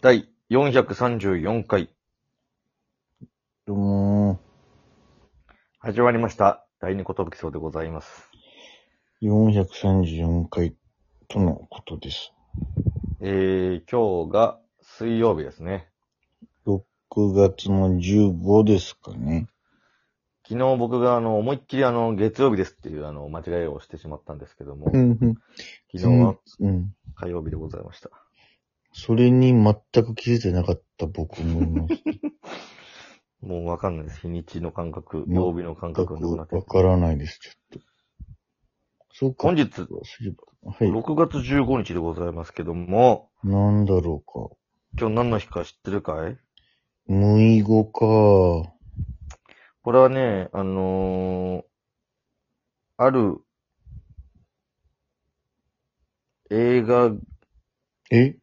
第434回どうも始まりました。第二ことぶきそうでございます。ー、434回とのことです。えー、今日が水曜日ですね。 9月の15ですかね。昨日僕があの、思いっきりあの、月曜日ですっていうあの、間違いをしてしまったんですけども、ん、うん。昨日はうん。火曜日でございました。それに全く気づいてなかった僕もいます。もうわかんないです。日にちの感覚、うん曜日の感 全覚がなくなっくわて。からないです、ちょっと。そうか。本日、そういえばはい。 6月15日でございますけども、なんだろう今日何の日か知ってるかいか。無意語か。これはね、あのーある、映画、え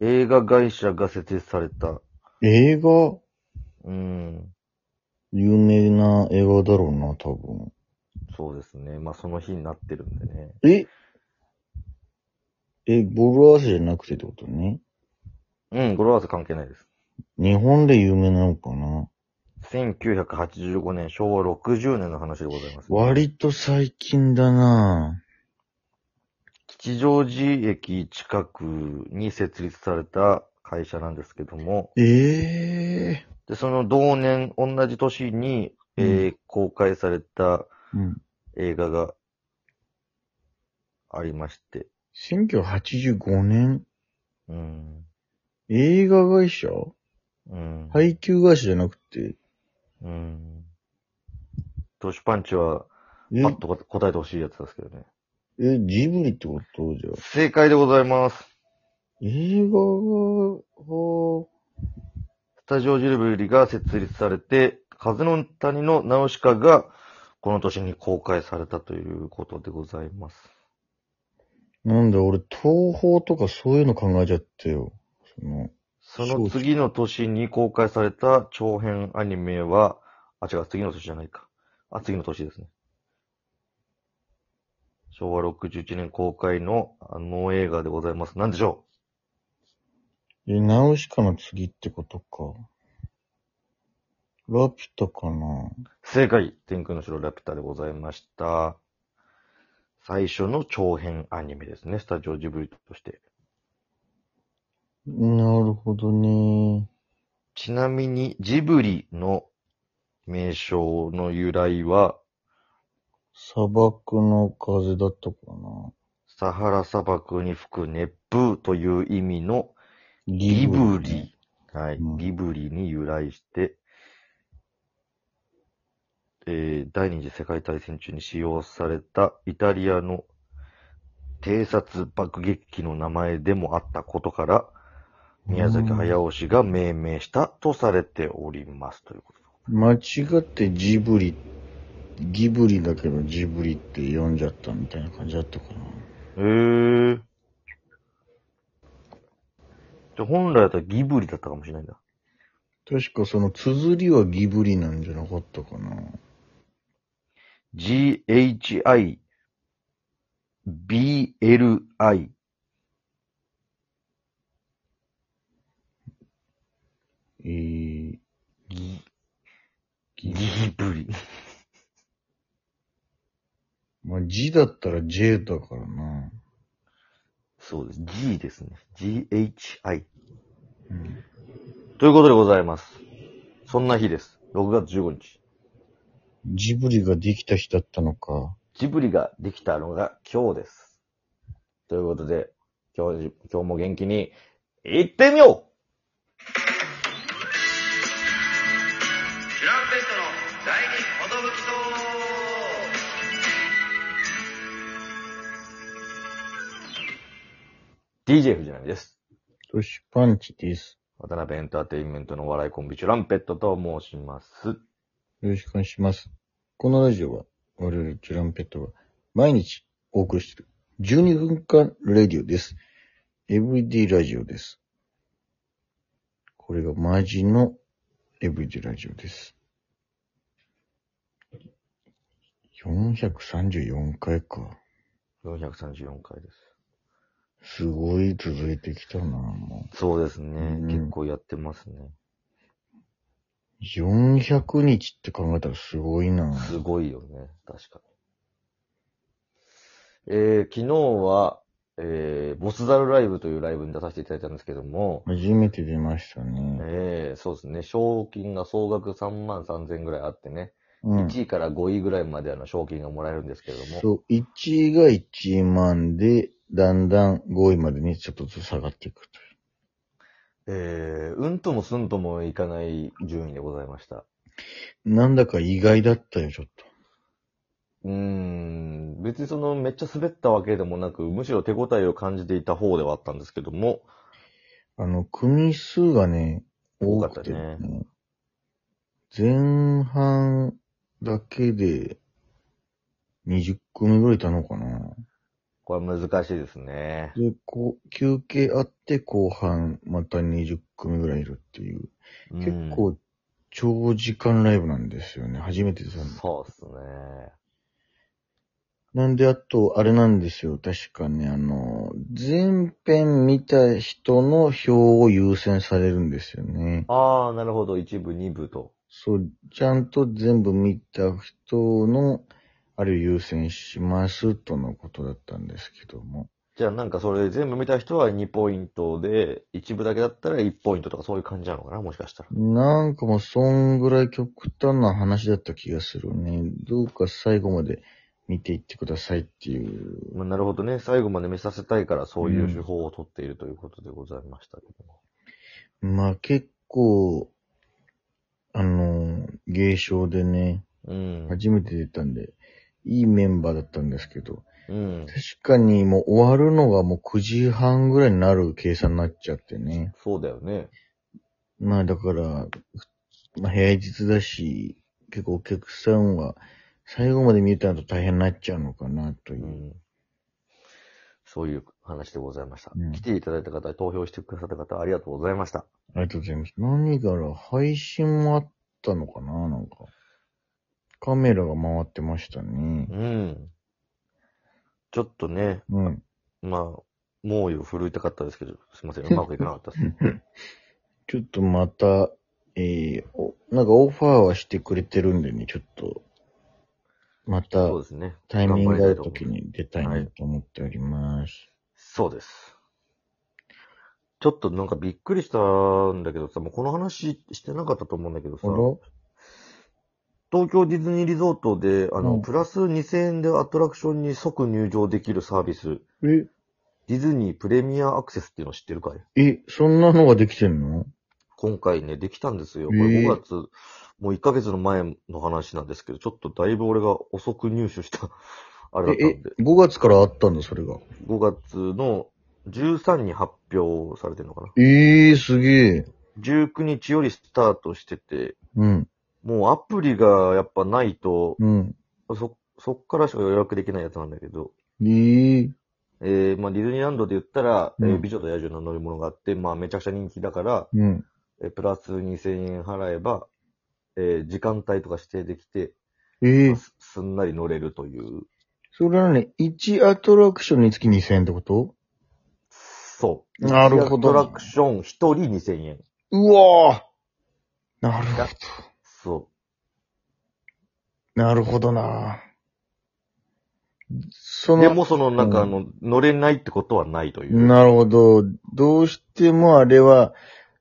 映画会社が設立された、映画うん、有名な映画だろうな、多分。そうですね。まあ、その日になってるんでね。ええ、ボール合わせじゃなくてってことね。うん、語呂合わせ関係ないです。日本で有名なのかな1985年、昭和60年の話でございます。割と最近だな吉祥寺駅近くに設立された会社なんですけども、ぁええで、その同年、同じ年に、えー公開されたうん。映画がありまして、 1985年、うん、映画会社うん、い、配給会社じゃなくて、うん。トシパンチは、えパ、ッとこ答えてほしいやつですけどね。え、ジブリってことじゃあ。正解でございます。映画は、スタジオジブリが設立されて、風の谷のナウシカが、この年に公開されたということでございます。なんだ、俺、東宝とかそういうの考えちゃったよ。その、その次の年に公開された長編アニメは、あ、違う、次の年じゃないか。あ、次の年ですね。昭和61年公開のあの映画でございます。なんでしょえ、ナウシカの次ってことか。ラピュタかなう正解天空の城ラピュタでございました。最初の長編アニメですね。スタジオジブリとして。なるほどね。ちなみに、ジブリの名称の由来は、砂漠の風だったかな。サハラ砂漠に吹く熱風という意味のギギブリ。。はい。うんギブリに由来して、えー第二次世界大戦中に使用されたイタリアの偵察爆撃機の名前でもあったことから、宮崎駿氏が命名したとされております。ということ。間違ってジブリ、ギブリだけどジブリって読んじゃったみたいな感じだったかな。へえー。じゃあ本来だったらギブリだったかもしれないんだ。確かその綴りはギブリなんじゃなかったかな。 GHI、BLI。えー、ギ、ギブリ。まあ、字だったら J だからな。そうです。G ですね。GHI。うん。ということでございます。そんな日です。6月15日。ジブリができた日だったのか。ジブリができたのが今日です。ということで、今日、今日も元気に、行ってみようフランペストの第二寿と！DJ 藤波です。トシパンチです。渡辺エンターテインメントのお笑いコンビ、チュランペットと申します。よろしくお願いします。このラジオは、我々チュランペットが毎日お送りしている12分間ラジオです。Everyday ラジオです。これがマジの Everyday ラジオです。434回か。 434回です。すごい続いてきたな、もそうですね。うん結構やってますね。う。400日って考えたらすごいな。すごいよね。確かに。えー、昨日は、えー、ボスザルライブというライブに出させていただいたんですけども、初めて出ましたね。えー、そうですね。賞金が総額3万3000ぐらいあってね、うん。 1位から5位ぐらいまであの賞金がもらえるんですけれども、そう、1位が1万で、だんだん5位までにちょっとずつ下がっていくといえう。ー、うんともすんともいかない順位でございました。なんだか意外だったよ、ちょっと。うーん、別にそのめっちゃ滑ったわけでもなく、むしろ手応えを感じていた方ではあったんですけども、あの、組数がね、多くて、多かった前半だけで20組ぐらいいたのかな。これは難しいですね。で、こう、休憩あって後半また20組ぐらいいるっていう、うん結構長時間ライブなんですよね。初めてですよねそうっすね。なんで、あと、あれなんですよ。確かね、あの、前編見た人の票を優先されるんですよね。ああ、なるほど。一部、二部と。そう、ちゃんと全部見た人の、あれを優先します、とのことだったんですけども。じゃあなんかそれ全部見た人は2ポイントで、一部だけだったら1ポイントとかそういう感じなのかなもしかしたら。なんかもう、そんぐらい極端な話だった気がするね。どうか最後まで見ていってくださいっていう。まあ、なるほどね。最後まで見させたいからそういう手法を取っているということでございましたけども。まあ、結構、あの、芸賞でね、うん。初めて出たんで、いいメンバーだったんですけど、うん。確かにもう終わるのがもう9時半ぐらいになる計算になっちゃってね。そうだよね。まあだから、まあ平日だし、結構お客さんは最後まで見れたのと大変になっちゃうのかなというう。ん。そういう話でございました。うん来ていただいた方、投票してくださった方、ありがとうございました。ありがとうございます。何から配信もあったのかななんか。カメラが回ってましたね。うん。ちょっとね、うん。まあ、猛威を振るいたかったですけど、すい ません、うまくいかなかったです。ちょっとまた、えー、おなんかオファーはしてくれてるんでね、ちょっと、またそうですね。タイミングがある頑張りたいと時思います。に出たいなと思っております。そうです。ちょっとなんかびっくりしたんだけどさ、もうこの話してなかったと思うんだけどさあ、ら東京ディズニーリゾートで、あの、うんプラス2000円でアトラクションに即入場できるサービス、え、ディズニープレミアアクセスっていうの知ってるかいえ、そんなのができてんの今回ね、できたんですよ。こえれえ5月、もう1ヶ月の前の話なんですけど、ちょっとだいぶ俺が遅く入手した、 あれだったんえで。、え、5月からあったんだ、それが。 5月の13に発表されてるのかなええー、すげえ。 ?19 日よりスタートしてて、うん、もうアプリがやっぱないと、うん。そ、そっからしか予約できないやつなんだけど、えー、えー、まあディズニーランドで言ったら、えーうん美女と野獣の乗り物があって、まあめちゃくちゃ人気だから、うん。えープラス2000円払えば、えー時間帯とか指定できて、えー、すすんなり乗れるという、それはね、1アトラクションにつき2000円ってことそう。なるほどアトラクション1人2000円。うわぁなるほど。そう。なるほどなそでの、もその、なんかあうんの、乗れないってことはないという。なるほど。どうしてもあれは、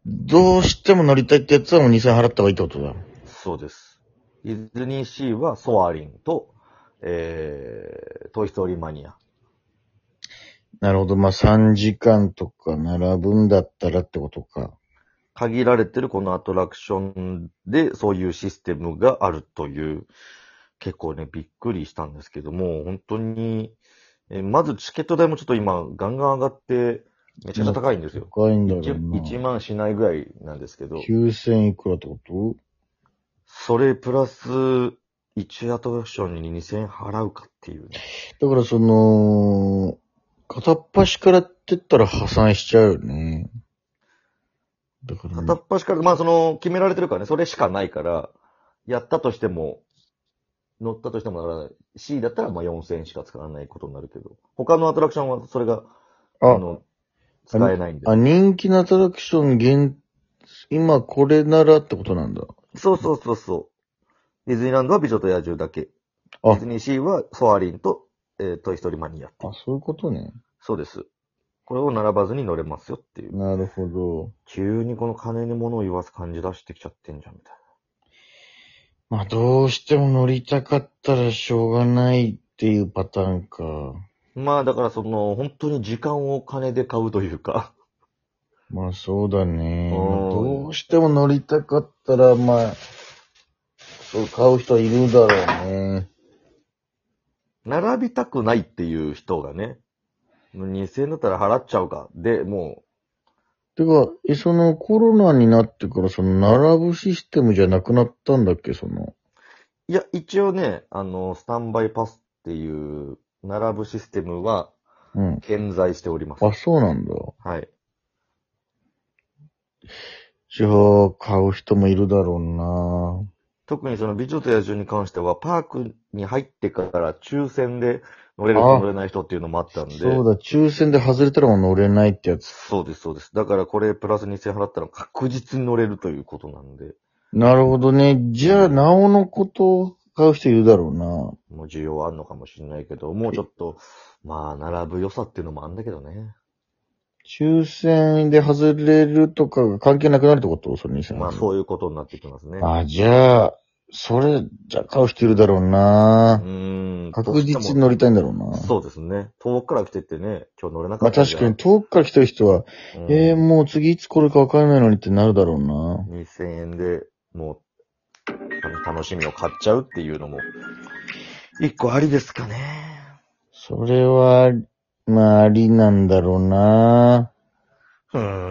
どうしても乗りたいってやつはもう2000払った方がいいってことだ。そうです。ディズニーシーはソアリンと、えー、トイストーリーマニア。なるほど。まあ、3時間とか並ぶんだったらってことか。限られてるこのアトラクションでそういうシステムがあるという、結構ね、びっくりしたんですけども、本当に、えーまずチケット代もちょっと今、ガンガン上がって、めちゃくちゃ高いんですよ。高いんだろう 1, な。万しないぐらいなんですけど、 9000いくらってことそれプラス、1アトラクションに2000円払うかっていうね。だからその、片っ端からってったら破産しちゃうよね。だから、片っ端から、まあその、決められてるからね、それしかないから、やったとしても、乗ったとしてもならない。C だったらまあ4000円しか使わないことになるけど、他のアトラクションはそれがああの、使えないんであ、。人気のアトラクション限、今これならってことなんだ。そうそうそうそう。ディズニーランドは美女と野獣だけ。あディズニーシーはソアリンと、えー、トイストーリーマニアっていあう。、そういうことね。そうです。これを並ばずに乗れますよっていう。なるほど。急にこの金に物を言わす感じ出してきちゃってんじゃん、みたいまあ、どうしても乗りたかったらしょうがないっていうパターンか。な。まあだからその、本当に時間を金で買うというか。 まあ、そうだね。うんまあどうしても乗りたかったら、まあ、そう、買う人はいるだろうね。並びたくないっていう人がね、2000円だったら払っちゃうか。で、もてか、え、そのコロナになってから、その並ぶシステムじゃなくなったんだっけ、その。う、いや、一応ね、あの、スタンバイパスっていう、並ぶシステムはうん。健在しております。あ、そうなんだ。はい。じゃあ、買う人もいるだろう特にその美女と野獣に関しては、パークに入ってから抽選で乗れる人あ乗れない人っていうのもあったんな。で。そうだ、抽選で外れたらもう乗れないってやつ。そうです、そうです。だからこれプラス2000円払ったら確実に乗れるということなんで、なるほどね。じゃあ、なおのこと買う人いるだろうな。もう需要はあるのかもしれないけど、もうちょっと、まあ、並ぶ良さっていうのもあるんだけどね。抽選で外れるとかが関係なくなるってことそれにまあ、そういうことになってきますね。あ、じゃあ、それ、じゃあ買う人いるだろううな。ーん。確実に乗りたいんだろうな。そうですね。遠くから来てってね、今日乗れなかまっあたじ確ゃかんに遠くから来てる人は、うんえー、もう次いつ来るか分からないのにってなるだろうな。 2000円でもう、あの楽しみを買っちゃうっていうのも、一個ありですかね。それは、まあありなんだろうな。うーん。